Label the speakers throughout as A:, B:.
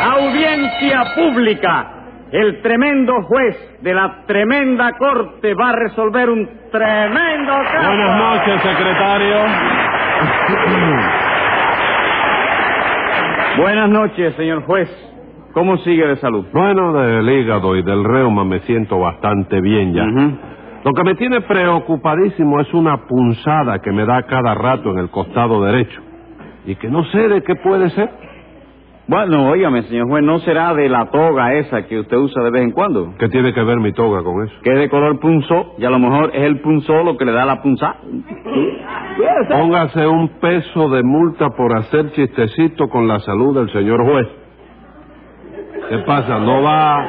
A: audiencia pública. El tremendo juez de la tremenda corte va a resolver un tremendo caso.
B: Buenas noches, secretario.
A: Buenas noches, señor juez. ¿Cómo sigue de salud?
B: Bueno, del hígado y del reuma me siento bastante bien ya.
A: Ujú.
B: Lo que me tiene preocupadísimo es una punzada que me da cada rato en el costado derecho. Y que no sé de qué puede ser.
A: Bueno, óigame, señor juez, ¿no será de la toga esa que usted usa de vez en cuando?
B: ¿Qué tiene que ver mi toga con eso?
A: Que es de color punzó, y a lo mejor es el punzó lo que le da la punza. Puede ser.
B: Póngase un peso de multa por hacer chistecito con la salud del señor juez. ¿Qué pasa? ¿No va,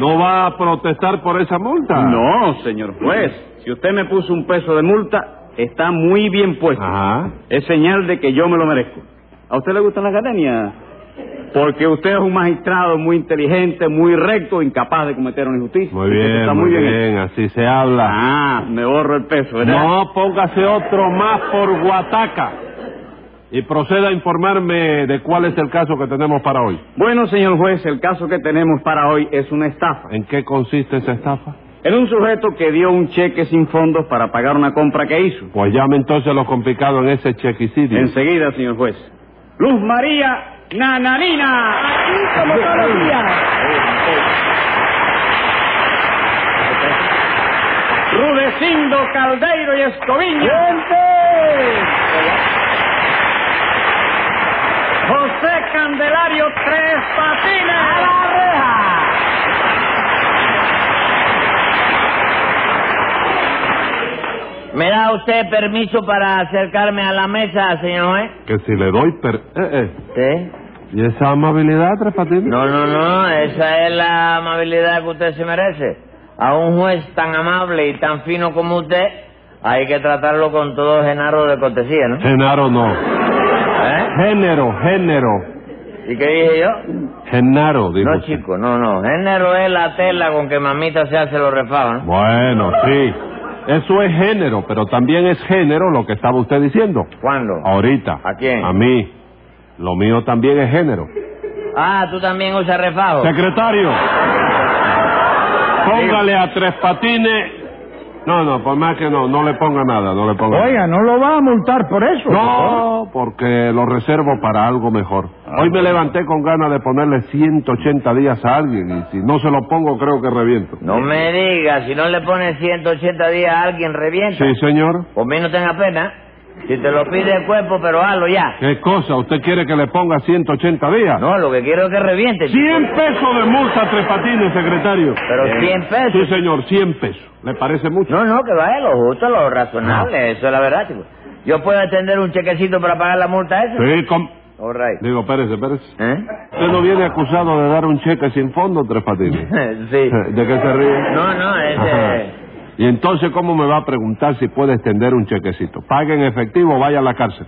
B: no va a protestar por esa multa?
A: No, señor juez. Si usted me puso un peso de multa, está muy bien puesto.
B: Ajá.
A: Es señal de que yo me lo merezco. ¿A usted le gustan las gardenias? Porque usted es un magistrado muy inteligente, muy recto, incapaz de cometer una injusticia.
B: Muy
A: Usted
B: bien,
A: está
B: muy bien,
A: hecho.
B: así se habla.
A: Ah, me borro el peso, ¿verdad?
B: No, póngase otro más por Guataca. Y proceda a informarme de cuál es el caso que tenemos para hoy.
A: Bueno, señor juez, el caso que tenemos para hoy es una estafa.
B: ¿En qué consiste esa estafa?
A: En un sujeto que dio un cheque sin fondos para pagar una compra que hizo.
B: Pues llame entonces lo complicado en ese chequicidio.
A: Enseguida, señor juez. Luz María Nananina. Aquí como todos los días. Rudecindo Caldeiro y Escoviña. José Candelario Tres Patines. A la reja.
C: ¿Me da usted permiso para acercarme a la mesa, señor juez?
B: Que si le doy per... eh, eh.
C: ¿Sí?
B: ¿Y esa amabilidad, Tres Patines?
C: No, no, no, esa es la amabilidad que usted se merece. A un juez tan amable y tan fino como usted, hay que tratarlo con todo genaro de cortesía, ¿no?
B: Genaro no.
C: ¿Eh?
B: Género, género.
C: ¿Y qué dije yo?
B: Genaro, dijo
C: No,
B: usted.
C: chico, no, no. Género es la tela con que mamita se hace los refajos, ¿no?
B: Bueno, sí. Eso es género, pero también es género lo que estaba usted diciendo.
C: ¿Cuándo?
B: Ah. Ahorita.
C: ¿A quién?
B: A mí. Lo mío también es género.
C: Ah, tú también usas refajo.
B: Secretario. Póngale a tres patines. No, no, por más que no, no le ponga nada, no le ponga nada.
D: Oiga, no lo va a multar por eso.
B: No, porque lo reservo para algo mejor.
D: Ah,
B: Hoy me levanté con ganas de ponerle 180 días a alguien y si no se lo pongo creo que reviento.
C: No me digas, si no le pones 180 días a alguien, revienta.
B: Sí, señor.
C: Por mí no tenga pena. Si te lo pide el cuerpo, pero hazlo ya.
B: ¿Qué cosa? ¿Usted quiere que le ponga 180 días?
C: No, lo que quiero es que reviente. chico.
B: 100 pesos de multa, Tres Patines, secretario.
C: Pero 100 pesos.
B: Sí, señor, 100 pesos. ¿Le parece mucho?
C: No, no, que vaya lo justo, lo
D: Ah.
C: razonable. Eso es la verdad, chico. Yo puedo extender un chequecito para pagar la multa esa.
B: Sí, com...
C: All right.
B: Digo, espérese, espérese.
C: ¿Eh?
B: Usted no viene acusado de dar un cheque sin fondo, Tres Patines.
C: sí.
B: ¿De qué se ríe?
C: No, no,
B: Ajá.
C: ese...
B: Y entonces, ¿cómo me va a preguntar si puede extender un chequecito? Pague en efectivo o vaya a la cárcel.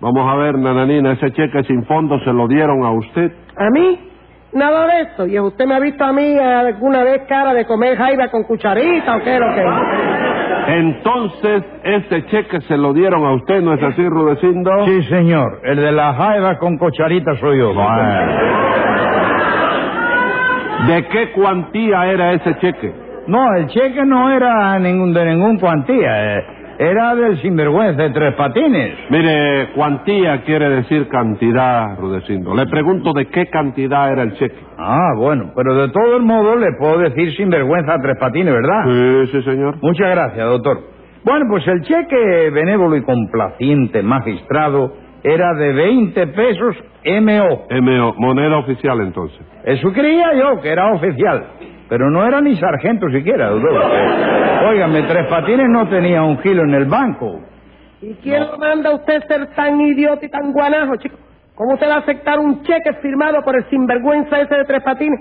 B: Vamos a ver, nananina, ese cheque sin fondo se lo dieron a usted.
E: ¿A mí? Nada de esto. ¿Y usted me ha visto a mí alguna vez cara de comer jaiba con cucharita o qué es lo que
B: Entonces, ese cheque se lo dieron a usted, ¿no es así, Rudecindo?
D: Sí, señor. El de la jaiba con cocharita soy yo. Ah.
B: Bueno. ¿De qué cuantía era ese cheque?
D: No, el cheque no era ningún de ningún cuantía. eh. Era del sinvergüenza de tres patines.
B: Mire, cuantía quiere decir cantidad, Rudecindo. Le pregunto de qué cantidad era el cheque.
D: Ah, bueno. Pero de todo el modo le puedo decir sinvergüenza a tres patines, ¿verdad?
B: Sí, sí, señor.
D: Muchas gracias, doctor. Bueno, pues el cheque benévolo y complaciente magistrado era de 20 pesos M.O.
B: M.O., moneda oficial entonces.
D: Eso creía yo, que era oficial. Pero no era ni sargento siquiera, doctor. Óigame, Tres Patines no tenía un kilo en el banco.
E: ¿Y quién lo manda a usted ser tan idiota y tan guanajo, chico? ¿Cómo usted va a aceptar un cheque firmado por el sinvergüenza ese de tres patines?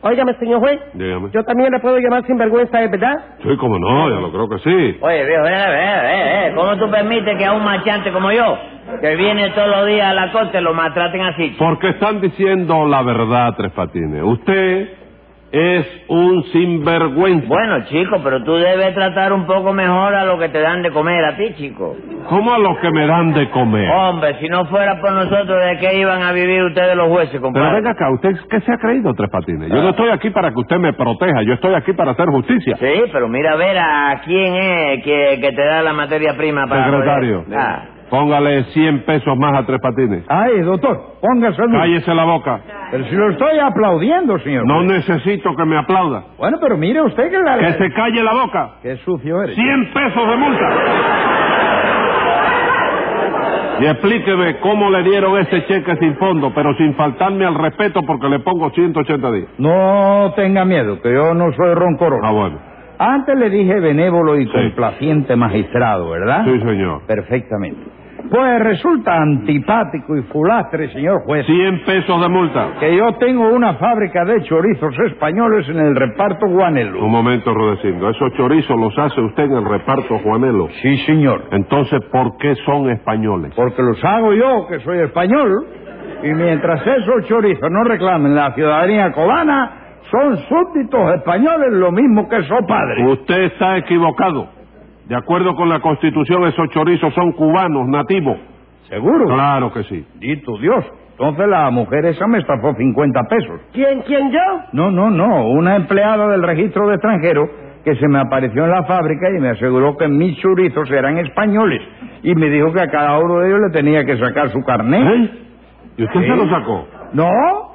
E: Óigame, señor juez.
B: Dígame.
E: Yo también le puedo llamar sinvergüenza, ¿es verdad?
B: Sí, como no, yo lo creo que sí.
C: Oye, viejo, eh, eh, eh, eh, ¿cómo tú permites que a un machante como yo, que viene todos los días a la corte, lo maltraten así? chico?
B: Porque están diciendo la verdad, Tres Patines. Usted es un sinvergüenza.
C: Bueno, chico, pero tú debes tratar un poco mejor a lo que te dan de comer a ti, chico.
B: ¿Cómo a los que me dan de comer?
D: Oh,
C: Hombre, si no fuera por nosotros, ¿de qué iban a vivir ustedes los jueces,
B: Pero
C: compadre?
B: venga acá, ¿usted qué se ha creído, Tres Patines?
D: Ah.
B: Yo no estoy aquí para que usted me proteja, yo estoy aquí para hacer justicia.
C: Sí, pero mira a ver a quién es que, que te da la materia prima para...
B: Secretario,
C: poder- Ah.
B: póngale 100 pesos más a Tres Patines.
D: Ay, doctor, póngase el...
B: Cállese la boca.
D: Pero si lo estoy aplaudiendo, señor.
B: No necesito que me aplauda.
D: Bueno, pero mire usted que la...
B: Que se calle la boca.
D: Qué sucio eres.
B: 100 pesos de multa. Y explíqueme cómo le dieron ese cheque sin fondo, pero sin faltarme al respeto porque le pongo 180 días.
D: No tenga miedo, que yo no soy roncorón.
B: Ah, bueno.
D: Antes le dije benévolo y
B: Sí.
D: complaciente magistrado, ¿verdad?
B: Sí, señor.
D: Perfectamente. Pues resulta antipático y fulastre, señor juez,
B: 100 pesos de multa.
D: que yo tengo una fábrica de chorizos españoles en el reparto Guanelo.
B: Un momento, Rudecindo. Esos chorizos los hace usted en el reparto, Juanelo.
D: Sí, señor.
B: Entonces, ¿por qué son españoles?
D: Porque los hago yo, que soy español, y mientras esos chorizos no reclamen la ciudadanía cubana, son súbditos españoles lo mismo que esos padres.
B: Usted está equivocado. De acuerdo con la Constitución, esos chorizos son cubanos, nativos.
D: ¿Seguro?
B: Claro que sí.
D: Dito Dios. Entonces la mujer esa me estafó 50 pesos.
E: ¿Quién, quién yo?
D: No, no, no. Una empleada del registro de extranjeros que se me apareció en la fábrica y me aseguró que mis chorizos eran españoles. Y me dijo que a cada uno de ellos le tenía que sacar su carnet.
B: ¿Eh? ¿Y usted
D: Sí.
B: se lo sacó?
D: No,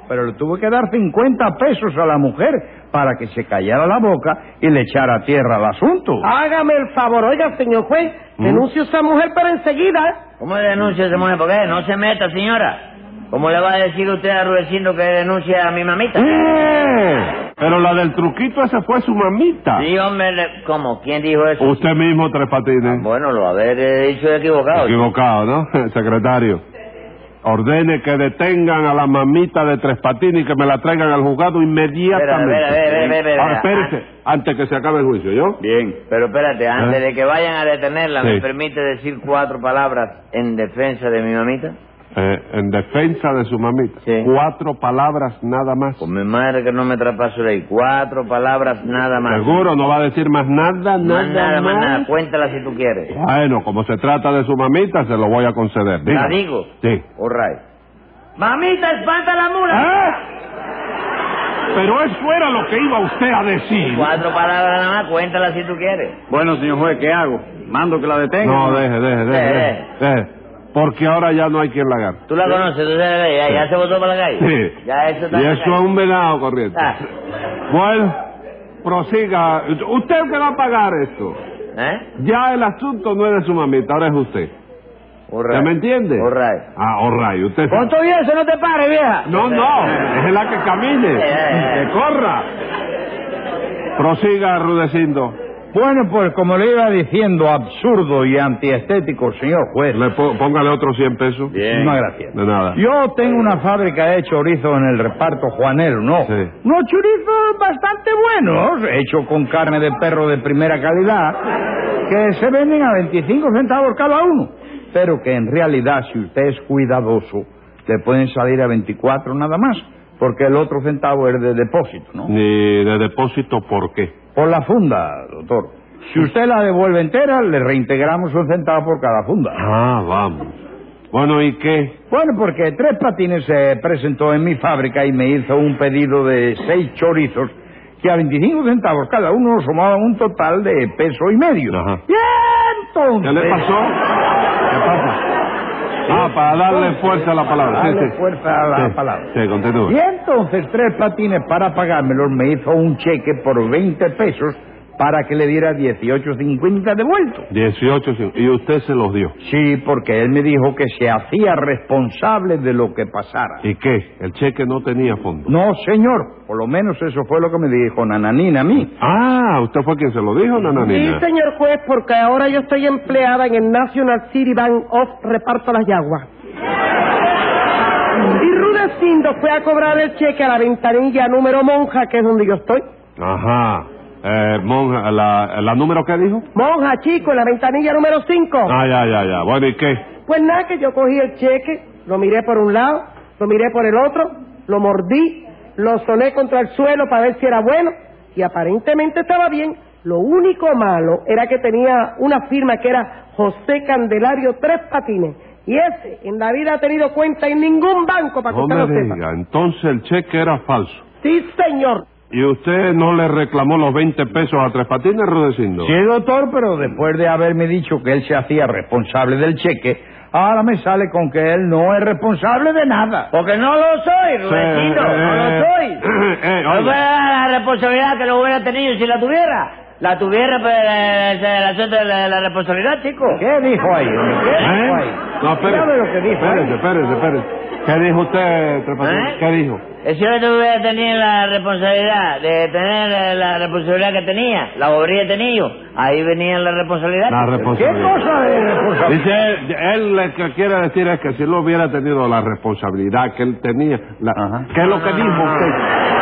D: pero le tuve que dar 50 pesos a la mujer para que se callara la boca y le echara a tierra al asunto.
E: Hágame el favor, oiga, señor juez,
D: ¿Mm?
E: denuncie a esa mujer, pero enseguida.
C: ¿Cómo denuncia esa mujer? ¿Por qué? No se meta, señora. ¿Cómo le va a decir usted a Rudecindo que denuncie a mi mamita?
B: ¡Eh! Pero la del truquito esa fue su mamita.
C: Sí, hombre, le- ¿cómo? ¿Quién dijo eso?
B: Usted mismo, Tres Patines.
C: Bueno, lo haber eh, dicho equivocado.
B: Equivocado, ¿no? Secretario. Ordene que detengan a la mamita de Tres Patines y que me la traigan al juzgado inmediatamente.
C: Espera, espera, espera, espera, espera.
B: Ah, espérese, antes que se acabe el juicio, ¿yo?
A: Bien.
C: Pero espérate, antes
B: ¿Eh?
C: de que vayan a detenerla,
B: Sí.
C: ¿me permite decir cuatro palabras en defensa de mi mamita?
B: Eh, en defensa de su mamita.
C: Sí.
B: Cuatro palabras nada más.
C: Con Pues mi madre que no me trapaso ley. Cuatro palabras nada más.
B: Seguro, no va a decir más nada, nada,
C: Más nada, más
B: más?
C: nada. pues. Cuéntala si tú quieres.
B: Bueno, como se trata de su mamita, se lo voy a conceder.
C: ¿La
B: Dígame.
C: digo?
B: Sí.
C: All right. ¡Mamita, espanta la
B: Ah.
C: mula!
B: ¿Eh? Pero eso era lo que iba usted a decir.
C: Cuatro palabras nada más, cuéntala si tú quieres.
A: Bueno, señor juez, ¿qué hago? ¿Mando que la detenga?
B: No, deje, deje, deje,
C: Eh,
B: deje, deje. Porque ahora ya no hay quien la agarre.
C: Tú la conoces, tú sabes, de ella, ya, se votó para la calle.
B: Sí.
C: Ya eso está
B: y
C: en la
B: eso
C: calle.
B: es un venado corriente.
C: Ah.
B: Bueno, prosiga. Usted es el que va a pagar esto.
C: ¿Eh?
B: Ya el asunto no es de su mamita, ahora es usted.
C: All
B: ¿Ya
C: right.
B: me entiende?
C: All right.
B: Ah, orray, usted...
C: Pues
E: Con todo y eso, no te pares, vieja.
B: No, no, es la que camine,
C: Eh, eh, eh.
B: que corra. Prosiga, Rudecindo.
D: Bueno, pues como le iba diciendo, absurdo y antiestético, señor juez.
B: Le po- póngale otros 100 pesos.
A: Bien.
D: No, gracias.
B: De nada.
D: Yo tengo una fábrica de chorizo en el reparto Juanero, ¿no?
B: Sí.
D: No, chorizos bastante buenos, hechos con carne de perro de primera calidad, que se venden a 25 centavos cada uno. Pero que en realidad, si usted es cuidadoso, le pueden salir a 24 nada más, porque el otro centavo es de depósito, ¿no?
B: Ni de depósito, ¿por qué?
D: Por la funda, doctor. Si usted la devuelve entera, le reintegramos un centavo por cada funda.
B: Ah, vamos. Bueno, ¿y qué?
D: Bueno, porque Tres Patines se presentó en mi fábrica y me hizo un pedido de seis chorizos que a 25 centavos cada uno sumaban un total de peso y medio.
B: Ajá.
D: Y entonces...
B: ¿Qué le pasó? ¿Qué pasa? Ah, para darle fuerza a la palabra.
D: Para
B: Sí,
D: darle
B: sí.
D: fuerza a la
B: Sí,
D: palabra.
B: Sí, continúe.
D: Y entonces Tres Patines, para pagármelo, me hizo un cheque por 20 pesos para que le diera 18.50 de vuelto.
B: 18, sí. y usted se los dio.
D: Sí, porque él me dijo que se hacía responsable de lo que pasara.
B: ¿Y qué? El cheque no tenía fondo.
D: No, señor. Por lo menos eso fue lo que me dijo Nananina a mí.
B: Ah, ¿usted fue quien se lo dijo, nananina?
E: Sí, señor juez, porque ahora yo estoy empleada en el National City Bank of Reparto Las Yaguas. Y Rudecindo fue a cobrar el cheque a la ventanilla número monja, que es donde yo estoy.
B: Ajá. Eh, monja, la, ¿la número qué dijo?
E: Monja, chico, en la ventanilla número 5.
B: Ah, ya, ya, ya. Bueno, ¿y qué?
E: Pues nada, que yo cogí el cheque, lo miré por un lado, lo miré por el otro, lo mordí, lo soné contra el suelo para ver si era bueno y aparentemente estaba bien. Lo único malo era que tenía una firma que era José Candelario Tres Patines. Y ese en la vida ha tenido cuenta en ningún banco para que
B: No
E: usted
B: me
E: lo sepa.
B: diga, entonces el cheque era falso.
E: Sí, señor.
B: ¿Y usted no le reclamó los 20 pesos a Tres Patines, Rudecindo?
D: Sí, doctor, pero después de haberme dicho que él se hacía responsable del cheque, ahora me sale con que él no es responsable de nada.
C: Porque no lo soy,
B: Sí,
C: Rudecindo,
B: eh,
C: no lo soy.
B: eh,
C: No me
B: oiga.
C: da Pues la responsabilidad que lo hubiera tenido si la tuviera. La tuviera, pues, eh, se- la suerte de la, la responsabilidad, chico.
D: ¿Qué dijo ahí? hombre? ¿Qué dijo
B: ¿Eh?
D: ahí?
B: No,
D: ¿Sabe lo que
B: espérese.
D: dijo ¿eh? ahí?
B: Espérese, espérese, espérese. ¿Qué dijo usted, Tres Patines?
C: ¿Eh?
B: ¿Qué dijo?
C: Eh, Si yo tuviera tenido la responsabilidad de tener eh, la responsabilidad que tenía, la habría tenido, ahí venía la responsabilidad.
B: La
D: ¿Qué
B: responsabilidad.
D: cosa de responsabilidad?
B: Dice, él- él lo que quiere decir es que si él hubiera tenido la responsabilidad que él tenía... la-
D: Ajá.
B: ¿Qué es lo que dijo usted?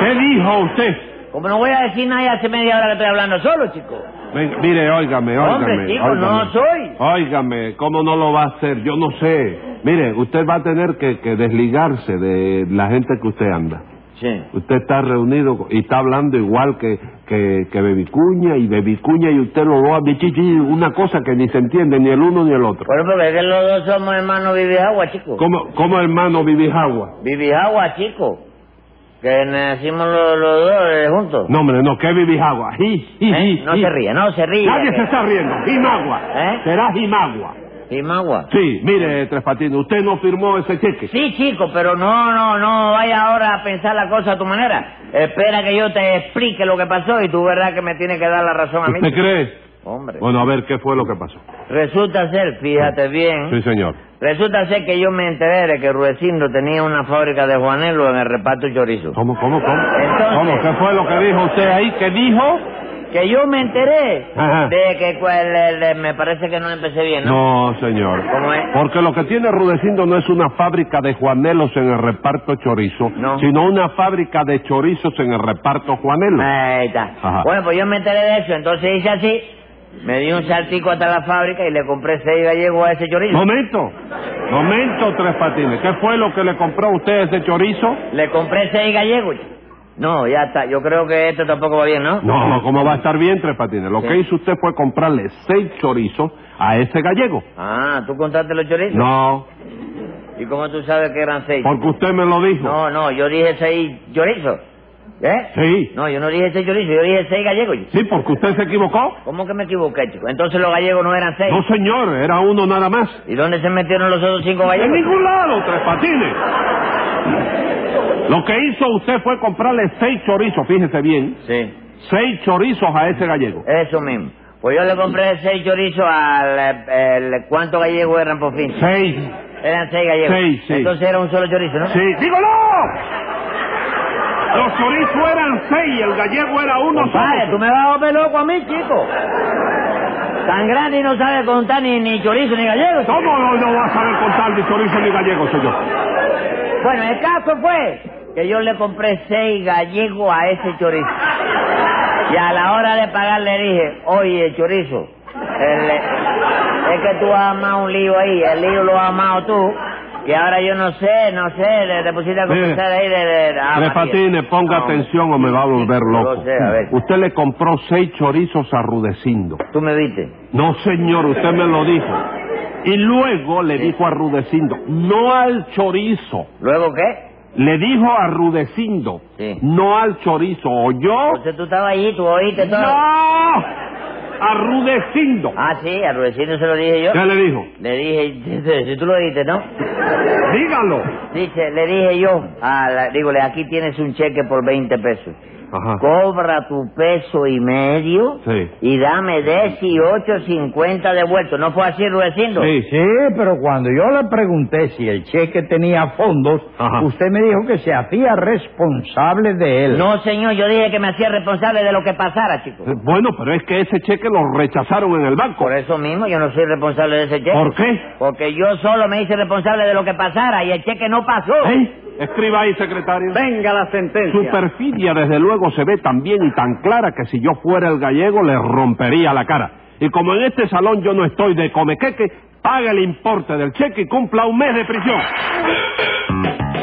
B: ¿Qué dijo usted?
C: Como no voy a decir nada hace media hora que estoy hablando solo, chico.
B: Venga, mire, óigame, óigame.
C: Hombre, chico,
B: óigame.
C: no soy.
B: Óigame, ¿cómo no lo va a hacer? Yo no sé. Mire, usted va a tener que, que desligarse de la gente que usted anda.
C: Sí.
B: Usted está reunido y está hablando igual que, que, que Bebicuña y Bebicuña y usted lo va a bichichi, una cosa que ni se entiende ni el uno ni el otro.
C: Bueno, porque es que los dos somos hermanos Vivijagua, chico.
B: ¿Cómo, cómo hermano Vivijagua?
C: Vivijagua, chico. Que nacimos los, los dos eh, juntos.
B: No, hombre, no, ¿qué Vivijagua? Ji, ji,
C: ¿Eh?
B: ji,
C: No
B: ji.
C: se ríe, no se ríe.
B: Nadie
C: que-
B: se está riendo. Jimagua.
C: ¿Eh?
B: Será Jimagua.
C: Vivijagua.
B: Sí, mire, Tres Patines, usted no firmó ese cheque.
C: Sí, chico, pero no, no, no vaya ahora a pensar la cosa a tu manera. Espera que yo te explique lo que pasó y tú verás que me tienes que dar la razón a mí.
B: ¿Usted cree?
C: Hombre.
B: Bueno, a ver, ¿qué fue lo que pasó?
C: Resulta ser, fíjate bien,
B: Sí, señor.
C: resulta ser que yo me enteré de que Ruecindo tenía una fábrica de Juanelo en el reparto chorizo.
B: ¿Cómo, cómo, cómo?
C: Entonces-
B: ¿Cómo? ¿Qué fue lo que dijo usted ahí? ¿Qué dijo?
C: Que yo me enteré
B: Oh. Ajá.
C: de que cual- eh, de- me parece que no empecé bien, ¿no?
B: No, señor.
C: ¿Cómo es?
B: Porque lo que tiene Rudecindo no es una fábrica de juanelos en el reparto chorizo,
C: No.
B: sino una fábrica de chorizos en el reparto juanelo.
C: Ahí está.
B: Ajá.
C: Bueno, pues yo me enteré de eso, entonces hice así, me di un saltico hasta la fábrica y le compré seis gallegos a ese chorizo.
B: Momento, momento, Tres Patines. ¿Qué fue lo que le compró a usted a ese chorizo?
C: Le compré seis gallegos. No, ya está. Yo creo que esto tampoco va bien, ¿no?
B: No, no, ¿cómo va a estar bien, Tres Patines? Lo
C: Sí.
B: que hizo usted fue comprarle seis chorizos a ese gallego.
C: Ah, ¿tú contaste los chorizos?
B: No,
C: ¿Y cómo tú sabes que eran seis?
B: porque usted me lo dijo.
C: No, no, yo dije seis chorizos. ¿Eh?
B: Sí.
C: No, yo no dije seis chorizos, yo dije seis gallegos.
B: Sí, porque usted se equivocó.
C: ¿Cómo que me equivoqué, chico? Entonces los gallegos no eran seis.
B: No, señor, era uno nada más.
C: ¿Y dónde se metieron los otros cinco
B: En
C: gallegos?
B: ningún lado, Tres Patines. Lo que hizo usted fue comprarle seis chorizos, fíjese bien,
C: Sí,
B: seis chorizos a ese gallego.
C: eso mismo. Pues yo le compré seis chorizos al... eh, el- ¿Cuántos gallegos eran por fin?
B: Seis.
C: Eran seis gallegos.
B: Seis, sí.
C: Entonces era un solo chorizo, ¿no?
B: Sí. ¡Dígalo! Los chorizos eran seis, el gallego era uno
C: Compadre, tú
B: solo.
C: me vas a volver loco a mí, chico. Tan grande y no sabe contar ni, ni chorizo ni gallego. chico.
B: ¿Cómo no, no va a saber contar ni chorizo ni gallego, señor?
C: Bueno, el caso fue que yo le compré seis gallegos a ese chorizo. Y a la hora de pagar le dije, oye, chorizo, el- es que tú has amado un lío ahí, el lío lo has amado tú. Y ahora yo no sé, no sé, le, le pusiste a
B: Mire,
C: conversar ahí de... de- de- ah,
B: Tres
C: Matías.
B: Patines, ponga
C: No,
B: atención o me va a volver
C: No
B: loco.
C: lo sé, a ver.
B: Usted le compró seis chorizos a Rudecindo.
C: Tú me viste.
B: No, señor, usted me lo dijo. Y luego le dijo a Rudecindo, no al chorizo.
C: ¿Luego qué?
B: Le dijo a Rudecindo,
C: Sí. Pues
B: no al chorizo. ¿O yo?
C: Entonces tú estabas allí, tú oíste todo.
B: ¡No! A Rudecindo.
C: Ah, sí, a Rudecindo se lo dije yo.
B: ¿Qué le dijo?
C: Le dije, si tú lo oíste, ¿no?
B: Dígalo.
C: Dice, le dije yo, a la- dígole, aquí tienes un cheque por 20 pesos.
B: Ajá.
C: Cobra tu peso y medio
B: Ah. Sí.
C: y dame 18.50 devuelto. ¿No fue así, Rudecindo?
B: Sí.
D: Sí, pero cuando yo le pregunté si el cheque tenía fondos,
B: Ajá.
D: usted me dijo que se hacía responsable de él.
C: No, señor, yo dije que me hacía responsable de lo que pasara, chico.
B: Eh, Bueno, pero es que ese cheque lo rechazaron en el banco.
C: Por eso mismo yo no soy responsable de ese cheque.
B: ¿Por qué?
C: Porque yo solo me hice responsable de lo que pasara y el cheque no pasó.
B: ¿Eh? Escriba ahí, secretario.
A: Venga la sentencia.
B: Su perfidia, desde luego, se ve tan bien y tan clara que si yo fuera el gallego le rompería la cara. Y como en este salón yo no estoy de comequeque, paga el importe del cheque y cumpla un mes de prisión.